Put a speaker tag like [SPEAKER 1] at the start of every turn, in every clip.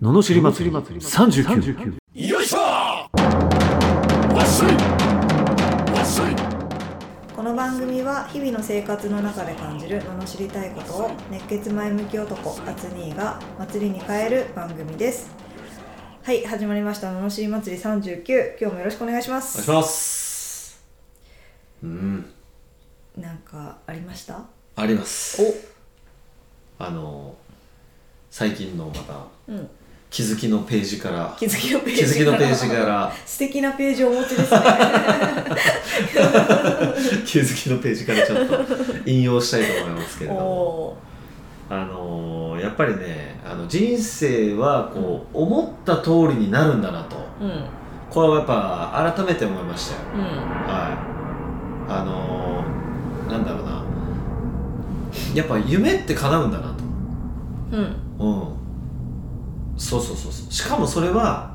[SPEAKER 1] ののしり祭り39
[SPEAKER 2] よいしょわっしょいわっしょい
[SPEAKER 3] この番組は日々の生活の中で感じる罵りたいことを熱血前向き男アツニーが祭りに変える番組ですはい始まりました罵り祭り39今日もよろしくお願いしま
[SPEAKER 2] お願い
[SPEAKER 3] す
[SPEAKER 2] しますうん
[SPEAKER 3] なんかありました
[SPEAKER 2] ありますあの最近のまた
[SPEAKER 3] おうん
[SPEAKER 2] 気づきのページから
[SPEAKER 3] 気づきのペー
[SPEAKER 2] 気
[SPEAKER 3] ジ
[SPEAKER 2] づきのページから
[SPEAKER 3] 素敵なページをお持ちですね
[SPEAKER 2] 気づきのページからちょっと引用したいと思いますけれども
[SPEAKER 3] お
[SPEAKER 2] あのーやっぱりねあの人生はこう思った通りになるんだなと
[SPEAKER 3] ーうんうん
[SPEAKER 2] これはやっぱ改めて思いましたよはい、あのーなんだろうなやっぱ夢って叶うんだな
[SPEAKER 3] うん
[SPEAKER 2] とうんそうそうそうそうしかもそれは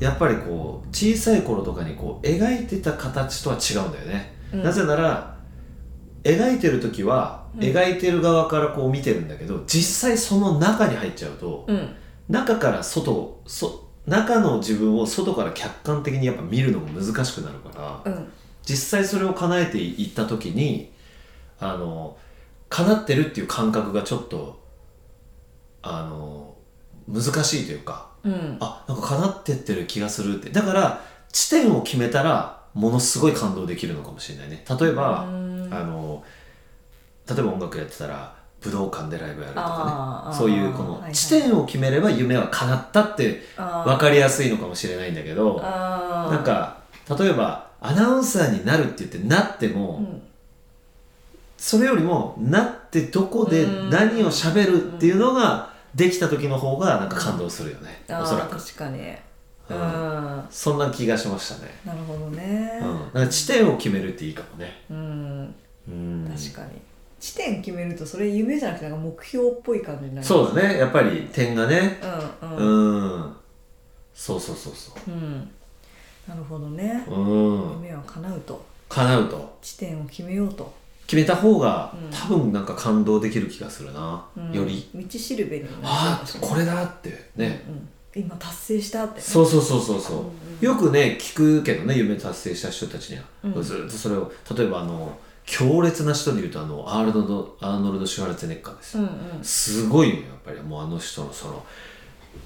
[SPEAKER 2] やっぱりこう小さい頃とかにこう描いてた形とは違うんだよね、
[SPEAKER 3] うん
[SPEAKER 2] なぜなら描いてる時は
[SPEAKER 3] うん
[SPEAKER 2] 描いてる側からこう見てるんだけど、実際その中に入っちゃうと、
[SPEAKER 3] うん
[SPEAKER 2] 中から外そ中の自分を外から客観的にやっぱ見るのも難しくなるから、
[SPEAKER 3] うん
[SPEAKER 2] 実際それを叶えていった時にあの叶ってるっていう感覚がちょっとあの難しいというか
[SPEAKER 3] うん
[SPEAKER 2] あなんか叶ってってる気がするってだから地点を決めたらものすごい感動できるのかもしれないね例えば、
[SPEAKER 3] うん
[SPEAKER 2] あの例えば音楽やってたら武道館でライブやると
[SPEAKER 3] あ
[SPEAKER 2] か
[SPEAKER 3] ー
[SPEAKER 2] ねそういうこ
[SPEAKER 3] はいは
[SPEAKER 2] の
[SPEAKER 3] い
[SPEAKER 2] 地点を決めれば夢は叶ったって
[SPEAKER 3] あー
[SPEAKER 2] 分かりやすいのかもしれないんだけど
[SPEAKER 3] あー
[SPEAKER 2] なんか例えばアナウンサーになるって言ってなっても、
[SPEAKER 3] うん
[SPEAKER 2] それよりもなってどこで
[SPEAKER 3] うん
[SPEAKER 2] 何を喋るっていうのができた時の方がなんか感動するよね、
[SPEAKER 3] あー
[SPEAKER 2] おそらく
[SPEAKER 3] 確かにう
[SPEAKER 2] うんんそんな気がしましたね、
[SPEAKER 3] なるほどね
[SPEAKER 2] うん、なんか地点を決めるっていいかもね
[SPEAKER 3] うん
[SPEAKER 2] うん
[SPEAKER 3] 確かに地点決めるとそれ夢じゃなくてなんか目標っぽい感じになる
[SPEAKER 2] そうだねやっぱり点がね
[SPEAKER 3] う
[SPEAKER 2] うん
[SPEAKER 3] うん
[SPEAKER 2] ん、そうそうそうそ
[SPEAKER 3] うんなるほどね
[SPEAKER 2] ううん
[SPEAKER 3] 夢は叶うと
[SPEAKER 2] 叶うと
[SPEAKER 3] 地点を決めようと
[SPEAKER 2] 決めた方が
[SPEAKER 3] うん
[SPEAKER 2] 多分なんか感動できる気がするな、
[SPEAKER 3] うん
[SPEAKER 2] より
[SPEAKER 3] 道しるべになる
[SPEAKER 2] あ
[SPEAKER 3] かもし
[SPEAKER 2] あ
[SPEAKER 3] れな
[SPEAKER 2] これ
[SPEAKER 3] い
[SPEAKER 2] だってね、
[SPEAKER 3] うん今達成したってね
[SPEAKER 2] そうそうそうそうそう
[SPEAKER 3] うんうん
[SPEAKER 2] よくね聞くけどね夢達成した人たちには、
[SPEAKER 3] うん
[SPEAKER 2] ずっとそれを例えばあの強烈な人で言うとあのアールドドアーノルド・シュワルツェネッカーです
[SPEAKER 3] う
[SPEAKER 2] よ、
[SPEAKER 3] んうん
[SPEAKER 2] すごいよやっぱりもうあの人のその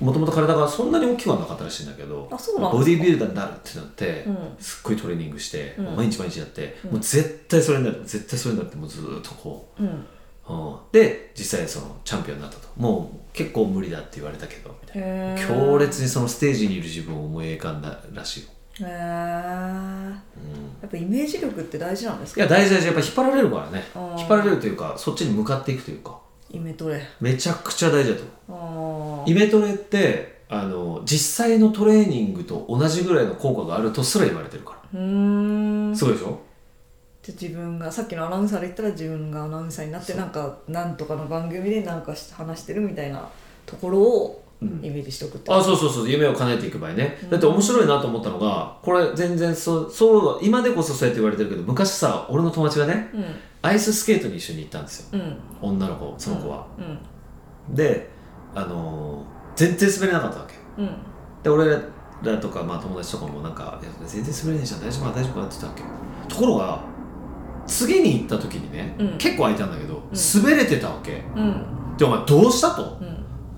[SPEAKER 2] もともと体がそんなに大きくはなかったらしいんだけど
[SPEAKER 3] あそうなんですか
[SPEAKER 2] ボディービルダーになるってなって、
[SPEAKER 3] うん
[SPEAKER 2] すっごいトレーニングして、
[SPEAKER 3] うん
[SPEAKER 2] 毎日毎日やって、
[SPEAKER 3] うん
[SPEAKER 2] もう絶対それになる絶対それになるってもうずーっとこ
[SPEAKER 3] うん
[SPEAKER 2] う、うん、で実際そのチャンピオンになったともう結構無理だって言われたけどみたいな
[SPEAKER 3] へー
[SPEAKER 2] 強烈にそのステージにいる自分を思い浮かんだらしいよ、うん
[SPEAKER 3] へーやっぱイメージ力って大事なんです
[SPEAKER 2] い
[SPEAKER 3] か
[SPEAKER 2] や大事大事やっぱ引っ張られるからね
[SPEAKER 3] あー
[SPEAKER 2] 引っ張られるというかそっちに向かっていくというか
[SPEAKER 3] イメトレ
[SPEAKER 2] めちゃくちゃ大事だと思
[SPEAKER 3] あー
[SPEAKER 2] うイメトレってあの実際のトレーニングと同じぐらいの効果があるとすら言われてるか
[SPEAKER 3] うーん
[SPEAKER 2] らすごいでしょ
[SPEAKER 3] じゃあ自分がさっきのアナウンサーで言ったら自分がアナウンサーになって
[SPEAKER 2] そう
[SPEAKER 3] なんかなんとかの番組でなんかし話してるみたいなところを
[SPEAKER 2] うん
[SPEAKER 3] イメージしておくって
[SPEAKER 2] あ
[SPEAKER 3] う
[SPEAKER 2] そうそうそう夢を叶えていく場合ね
[SPEAKER 3] ん
[SPEAKER 2] だって面白いなと思ったのがこれ全然そうそう今でこそそうやって言われてるけど昔さ俺の友達がね
[SPEAKER 3] うん
[SPEAKER 2] アイススケートに一緒に行ったんですよ
[SPEAKER 3] うん
[SPEAKER 2] 女の子その子は、
[SPEAKER 3] うん
[SPEAKER 2] であのー全然滑れなかったわけ
[SPEAKER 3] うん
[SPEAKER 2] で俺らとか、まあ、友達とかもなんか「いや全然滑れねえじゃん大丈夫かな大丈夫かな」って言ってたわけところが次に行った時にね、
[SPEAKER 3] うん
[SPEAKER 2] 結構空いたんだけど、
[SPEAKER 3] ん
[SPEAKER 2] 滑れてたわけ
[SPEAKER 3] うん
[SPEAKER 2] でお前どうしたと
[SPEAKER 3] う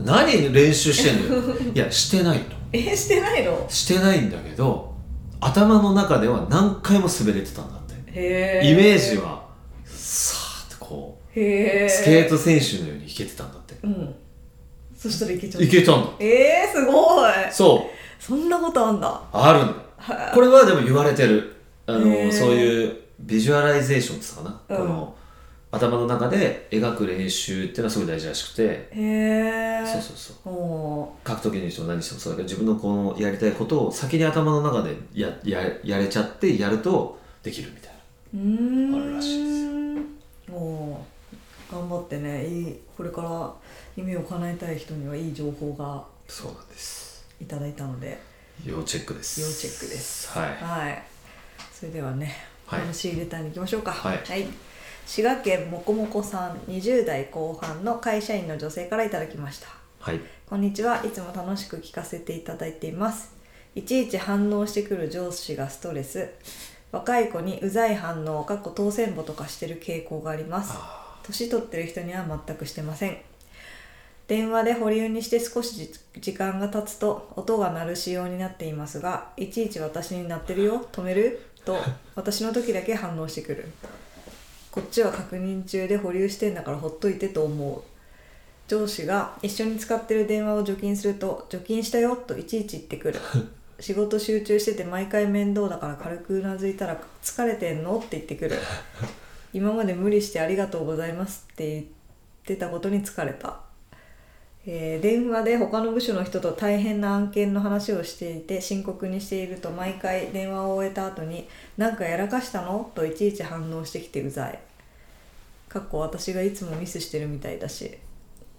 [SPEAKER 3] ん
[SPEAKER 2] 何練習してんの よいやしてないと
[SPEAKER 3] えしてないの
[SPEAKER 2] してないんだけど頭の中では何回も滑れてたんだって
[SPEAKER 3] へえ
[SPEAKER 2] イメージはさーってこ
[SPEAKER 3] へえ
[SPEAKER 2] うスケート選手のように弾けてたんだって
[SPEAKER 3] うんそしたらいけちゃう
[SPEAKER 2] いけたんだ
[SPEAKER 3] えー、すごい
[SPEAKER 2] そう
[SPEAKER 3] そんなことあんだ
[SPEAKER 2] あるの
[SPEAKER 3] は
[SPEAKER 2] これはでも言われてるあの、
[SPEAKER 3] へー
[SPEAKER 2] そういうビジュアライゼーションって言ったかな、
[SPEAKER 3] うん
[SPEAKER 2] この頭の中で描く練習っていうのはすごい大事らしくて、
[SPEAKER 3] へえ
[SPEAKER 2] そうそうそう
[SPEAKER 3] お
[SPEAKER 2] 格闘技にしても何にしてもそうだけど自分のこのやりたいことを先に頭の中でやややれちゃってやるとできるみたいな
[SPEAKER 3] うーん
[SPEAKER 2] あるらしい
[SPEAKER 3] ですよお頑張ってねいいこれから夢を叶えたい人にはいい情報が
[SPEAKER 2] そうなんです
[SPEAKER 3] いただいたので
[SPEAKER 2] 要チェックです
[SPEAKER 3] 要チェックです
[SPEAKER 2] はい
[SPEAKER 3] はいそれではね
[SPEAKER 2] はい
[SPEAKER 3] 楽しいレターに行きましょうか
[SPEAKER 2] はい
[SPEAKER 3] 滋賀県もこもこさん20代後半の会社員の女性からいただきました
[SPEAKER 2] はい
[SPEAKER 3] こんにちはいつも楽しく聞かせていただいていますいちいち反応してくる上司がストレス若い子にうざい反応かっこ当選簿とかしてる傾向があります年取ってる人には全くしてません電話で保留にして少しじ時間が経つと音が鳴る仕様になっていますがいちいち私に鳴ってるよ止めると私の時だけ反応してくるこっちは確認中で保留してんだからほっといてと思う上司が一緒に使ってる電話を除菌すると「除菌したよ」といちいち言ってくる仕事集中してて毎回面倒だから軽くうなずいたら「疲れてんの?」って言ってくる今まで無理して「ありがとうございます」って言ってたことに疲れた、えー電話で他の部署の人と大変な案件の話をしていて深刻にしていると毎回電話を終えた後に「なんかやらかしたの?」といちいち反応してきてうざいかっこ私がいつもミスしてるみたいだし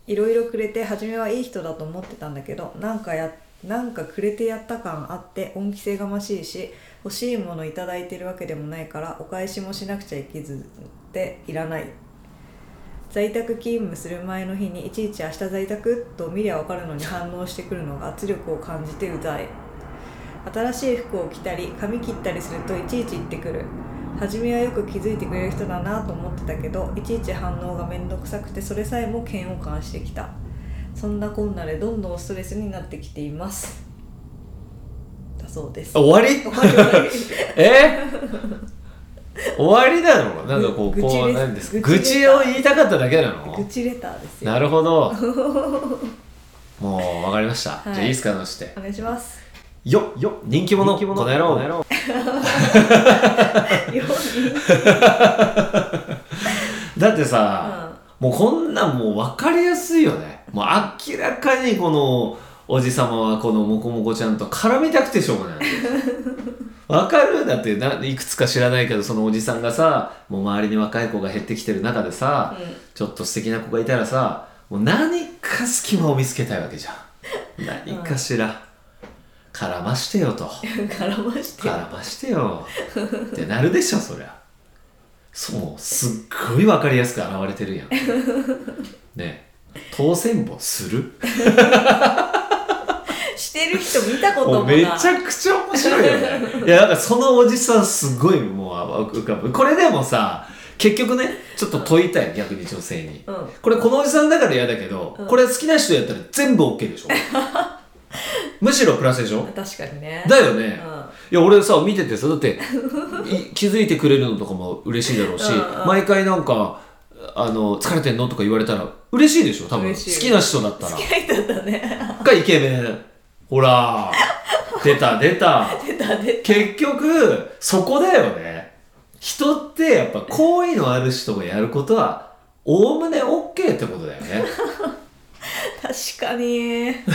[SPEAKER 3] いろいろくれて初めはいい人だと思ってたんだけどなんかやなんかくれてやった感あって恩着せがましいし欲しいもの頂いただいてるわけでもないからお返しもしなくちゃいけずでいらない在宅勤務する前の日にいちいち「明日在宅?」と見りゃわかるのに反応してくるのが圧力を感じてうざい新しい服を着たり髪切ったりするといちいち言ってくる初めはよく気づいてくれる人だなと思ってたけどいちいち反応が面倒くさくてそれさえも嫌悪感してきたそんなこんなでどんどんストレスになってきていますだそうです
[SPEAKER 2] あ終わり
[SPEAKER 3] 終わり終わり
[SPEAKER 2] え終わりなのなんかこう
[SPEAKER 3] ぐ愚痴
[SPEAKER 2] こう
[SPEAKER 3] です
[SPEAKER 2] なんですか
[SPEAKER 3] 愚
[SPEAKER 2] 愚
[SPEAKER 3] 痴です
[SPEAKER 2] 痴を言いたかっただけな
[SPEAKER 3] 愚
[SPEAKER 2] の
[SPEAKER 3] 痴レターですよ
[SPEAKER 2] なるほ どもうわかりました、
[SPEAKER 3] い
[SPEAKER 2] じゃあいいですか直して
[SPEAKER 3] お願いします
[SPEAKER 2] よよ人気者この野郎
[SPEAKER 3] よ
[SPEAKER 2] だって
[SPEAKER 3] う
[SPEAKER 2] さ、
[SPEAKER 3] ん
[SPEAKER 2] もうこんなんもう分かりやすいよねもう明らかにこのおじさまはこのモコモコちゃんと絡みたくてしょうがない わかるだってないくつか知らないけどそのおじさんがさもう周りに若い子が減ってきてる中でさ、ちょっと素敵な子がいたらさもう何か隙間を見つけたいわけじゃん何かしら、絡ましてよと
[SPEAKER 3] うん、絡ましてよ
[SPEAKER 2] 絡ましてよってなるでしょそりゃそうもうすっごい分かりやすく現れてるやんね当選簿する
[SPEAKER 3] してる人見たこと
[SPEAKER 2] も
[SPEAKER 3] も
[SPEAKER 2] う
[SPEAKER 3] ない
[SPEAKER 2] めちゃくちゃ面白いよねいやなんかそのおじさんすごいもうあ浮かぶこれでもさ結局ねちょっと問いたい逆に女性に
[SPEAKER 3] うん
[SPEAKER 2] これこのおじさんだから嫌だけど、
[SPEAKER 3] うん
[SPEAKER 2] これ好きな人やったら全部 OK で しょむしろプラスでしょ
[SPEAKER 3] 確かにね
[SPEAKER 2] だよね、
[SPEAKER 3] うん
[SPEAKER 2] いや俺さ見ててさだって い気づいてくれるのとかも嬉しいだろうし
[SPEAKER 3] うんうん
[SPEAKER 2] 毎回なんかあの「疲れてんの?」とか言われたら嬉しいでしょ多分好
[SPEAKER 3] 嬉しい
[SPEAKER 2] きな人だった
[SPEAKER 3] 好
[SPEAKER 2] ら
[SPEAKER 3] きな人だね
[SPEAKER 2] がイケメンほら出た出た
[SPEAKER 3] 出た出
[SPEAKER 2] 結局そこだよね人ってやっぱ好意のある人がやることはおおむね OK ってことだよね
[SPEAKER 3] た確かに
[SPEAKER 2] ね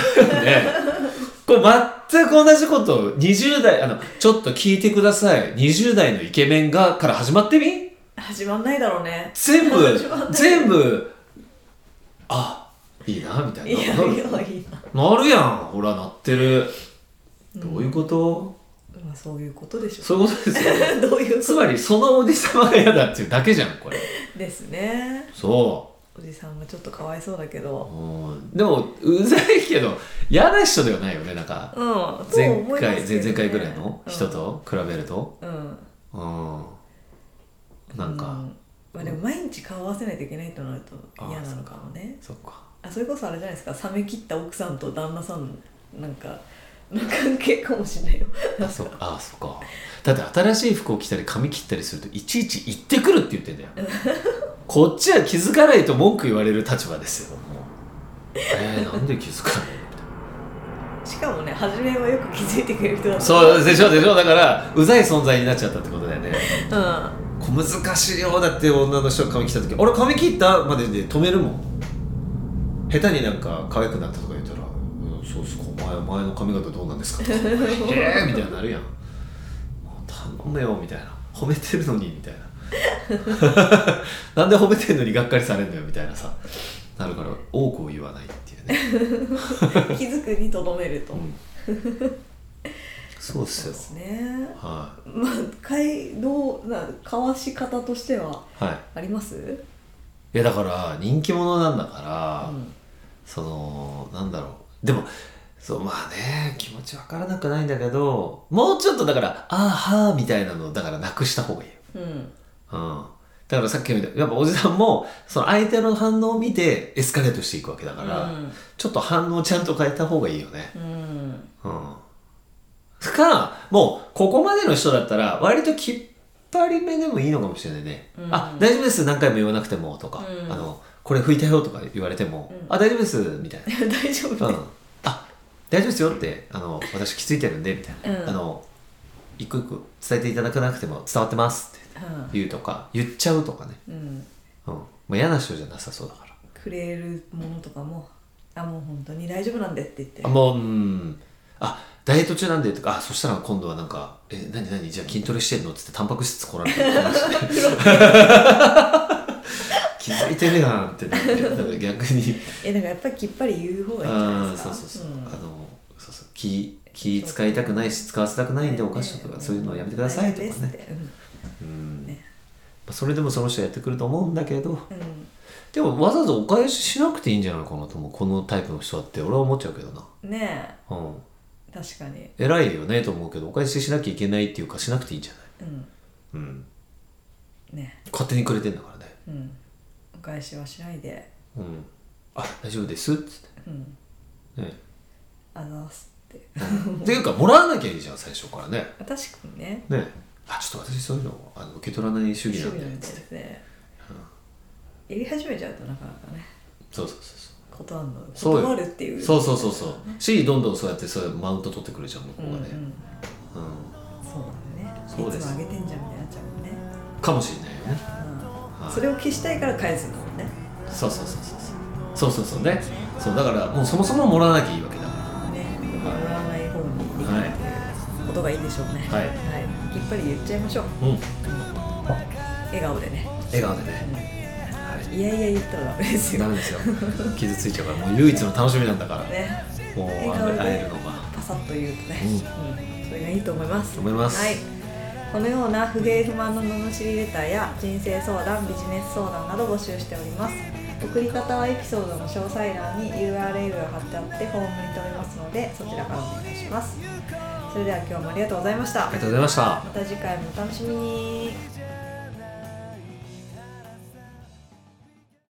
[SPEAKER 2] これ全く同じことを20代あのちょっと聞いてください20代のイケメンがから始まってみ
[SPEAKER 3] 始まんないだろうね
[SPEAKER 2] 全部
[SPEAKER 3] 始まんない
[SPEAKER 2] 全部あいいなみた
[SPEAKER 3] い
[SPEAKER 2] い
[SPEAKER 3] や
[SPEAKER 2] ない
[SPEAKER 3] や
[SPEAKER 2] なる
[SPEAKER 3] いや
[SPEAKER 2] なるやんほらなってる
[SPEAKER 3] うん
[SPEAKER 2] どういうこと、
[SPEAKER 3] まあそういうことでしょ
[SPEAKER 2] そういうことですよ
[SPEAKER 3] どういうこ
[SPEAKER 2] つまりそのおじさまが嫌だっていうだけじゃんこれ
[SPEAKER 3] とですね
[SPEAKER 2] そ
[SPEAKER 3] おじさんがちょっとかわいそうだけ
[SPEAKER 2] う
[SPEAKER 3] ど
[SPEAKER 2] うんでもうざいけど嫌な人ではないよねなんか
[SPEAKER 3] うんそう
[SPEAKER 2] 前
[SPEAKER 3] 思いま
[SPEAKER 2] 回、
[SPEAKER 3] すけ
[SPEAKER 2] 前
[SPEAKER 3] どね
[SPEAKER 2] 々回ぐらいの人と比べると
[SPEAKER 3] うん、うん
[SPEAKER 2] うん、なんか、
[SPEAKER 3] うまあ、でも毎日顔合わせないといけないとなると嫌なのかもね
[SPEAKER 2] そっか
[SPEAKER 3] あそれこそあれじゃないですか冷め切った奥さんと旦那さんのなんかの関係かもしれないよ
[SPEAKER 2] あそあそっかだって新しい服を着たり髪切ったりするといちいち行ってくるって言ってんだよこっちは気づかないと文句言われる立場ですよもうえー、なんで気づかないのみたい
[SPEAKER 3] しかもね初めはよく気づいてくれる人だ
[SPEAKER 2] な
[SPEAKER 3] と
[SPEAKER 2] そうでしょでしょだからうざい存在になっちゃったってことだよね
[SPEAKER 3] うんあ
[SPEAKER 2] 小難しいよだって女の人が髪切った時「俺髪切った?」までで止めるもん下手になんか可愛くなったとか言ったら「うんそうっすかお前前の髪型どうなんですか?」とかえーみたいになるやんもう頼むよみたいな褒めてるのにみたいななんで褒めてんのにがっかりされんのよみたいなさなるから多くを言わないっていうね、
[SPEAKER 3] 気づくにとどめると、
[SPEAKER 2] うん、そうっす
[SPEAKER 3] そう
[SPEAKER 2] よ
[SPEAKER 3] ですね
[SPEAKER 2] は
[SPEAKER 3] まあ街道な交わし方としてはい
[SPEAKER 2] はい
[SPEAKER 3] あります
[SPEAKER 2] いやだから人気者なんだから、
[SPEAKER 3] うん
[SPEAKER 2] そのなんだろうでもそうまあね気持ちわからなくないんだけどもうちょっとだから「あーはー」みたいなのをだからなくした方がいいよ
[SPEAKER 3] うん
[SPEAKER 2] うんだからさっきみたいにやっぱおじさんもその相手の反応を見てエスカレートしていくわけだから、ちょっと反応ちゃんと変えた方がいいよね
[SPEAKER 3] うん
[SPEAKER 2] うんかもうここまでの人だったら割ときっぱりめでもいいのかもしれないね「
[SPEAKER 3] うん
[SPEAKER 2] あ大丈夫です何回も言わなくても」とか、
[SPEAKER 3] うん
[SPEAKER 2] あの「これ拭いたよ」とか言われても「
[SPEAKER 3] うん
[SPEAKER 2] あ大丈夫です」みたいな。
[SPEAKER 3] 大丈
[SPEAKER 2] う
[SPEAKER 3] 夫
[SPEAKER 2] ん、あ大丈夫ですよってあの私気づいてるんでみたいな、
[SPEAKER 3] うん
[SPEAKER 2] あの一個一個伝えていただかなくても伝わってますって言うとか言っちゃうとかね、
[SPEAKER 3] うん、うん、
[SPEAKER 2] うんまあ、嫌な人じゃなさそうだから
[SPEAKER 3] くれるものとかもあもう本当に大丈夫なんでって言って
[SPEAKER 2] あもううんあダイエット中なんでとかあそしたら今度はなんか「え何何じゃあ筋トレしてんの?」っつってタンパク質来られてる話して 気づいてるやんってなってだから逆に
[SPEAKER 3] えだからやっぱりきっぱり言う方がいいんじゃない
[SPEAKER 2] あ
[SPEAKER 3] で
[SPEAKER 2] あ
[SPEAKER 3] す
[SPEAKER 2] そう
[SPEAKER 3] か
[SPEAKER 2] そうそう、
[SPEAKER 3] ん
[SPEAKER 2] あのそうそう気気使いたくないし使わせたくないんでお菓子とかそういうのをやめてくださいとか
[SPEAKER 3] 大丈夫
[SPEAKER 2] ね
[SPEAKER 3] ですってう
[SPEAKER 2] う
[SPEAKER 3] ん
[SPEAKER 2] ん
[SPEAKER 3] ね
[SPEAKER 2] まあそれでもその人はやってくると思うんだけど
[SPEAKER 3] うん
[SPEAKER 2] でもわざわざお返ししなくていいんじゃないかなと思うこのタイプの人だって俺は思っちゃうけどな
[SPEAKER 3] ね
[SPEAKER 2] うん
[SPEAKER 3] え確かに
[SPEAKER 2] 偉いよねと思うけどお返ししなきゃいけないっていうかしなくていいんじゃない
[SPEAKER 3] うん
[SPEAKER 2] うん
[SPEAKER 3] ね
[SPEAKER 2] 勝手にくれてんだからね
[SPEAKER 3] えうんお返しはしないで
[SPEAKER 2] うんあ大丈夫ですっつ
[SPEAKER 3] うん
[SPEAKER 2] ってね
[SPEAKER 3] あざすって
[SPEAKER 2] っていうかもらわなきゃいいじゃん最初からね
[SPEAKER 3] 確かにね
[SPEAKER 2] ねあちょっと私そういうのあの受け取らない主義
[SPEAKER 3] 趣
[SPEAKER 2] なん
[SPEAKER 3] 味な
[SPEAKER 2] で
[SPEAKER 3] ん
[SPEAKER 2] つって
[SPEAKER 3] ですねやり始めちゃうとなかなかね
[SPEAKER 2] そうそうそ
[SPEAKER 3] 断るの
[SPEAKER 2] そうよ
[SPEAKER 3] 断るっていう
[SPEAKER 2] うそうそうそうそうそうしどんどんそうやってそういうマウント取ってくるじゃん向こ
[SPEAKER 3] うん
[SPEAKER 2] う
[SPEAKER 3] う
[SPEAKER 2] が
[SPEAKER 3] ん
[SPEAKER 2] ね、うん
[SPEAKER 3] そうだね
[SPEAKER 2] そうで
[SPEAKER 3] い
[SPEAKER 2] す
[SPEAKER 3] つもあげてんじゃんみたいになっちゃうもんね、
[SPEAKER 2] かもしれないよね、
[SPEAKER 3] う
[SPEAKER 2] は
[SPEAKER 3] ん、
[SPEAKER 2] い
[SPEAKER 3] それを消したいから返すんだもんね
[SPEAKER 2] そうそうそうそうそうそうそうそうねそうだからもうそもそももらわなきゃいいわけだか
[SPEAKER 3] ね笑わない方にできるっていうことがいいでしょうね
[SPEAKER 2] はい
[SPEAKER 3] はい、きっぱり言っちゃいましょう
[SPEAKER 2] らうん
[SPEAKER 3] 笑顔でね、
[SPEAKER 2] 笑顔でね、はい
[SPEAKER 3] いやいや言ったらダメですよ
[SPEAKER 2] ダ
[SPEAKER 3] ね
[SPEAKER 2] メですよ傷ついちゃうからもう唯一の楽しみなんだからもう
[SPEAKER 3] 笑顔で
[SPEAKER 2] 会えるのが
[SPEAKER 3] パサッと言うとね、
[SPEAKER 2] うん
[SPEAKER 3] うんそれがいいと思います
[SPEAKER 2] 思います
[SPEAKER 3] はい、このような不平不満の罵りレターや人生相談ビジネス相談など募集しております送り方はエピソードの詳細欄に URL が貼ってあってフォームに飛べますのでそちらからお願いしますそれでは今日もありがとうございました
[SPEAKER 2] ありがとうございました
[SPEAKER 3] また次回もお楽しみに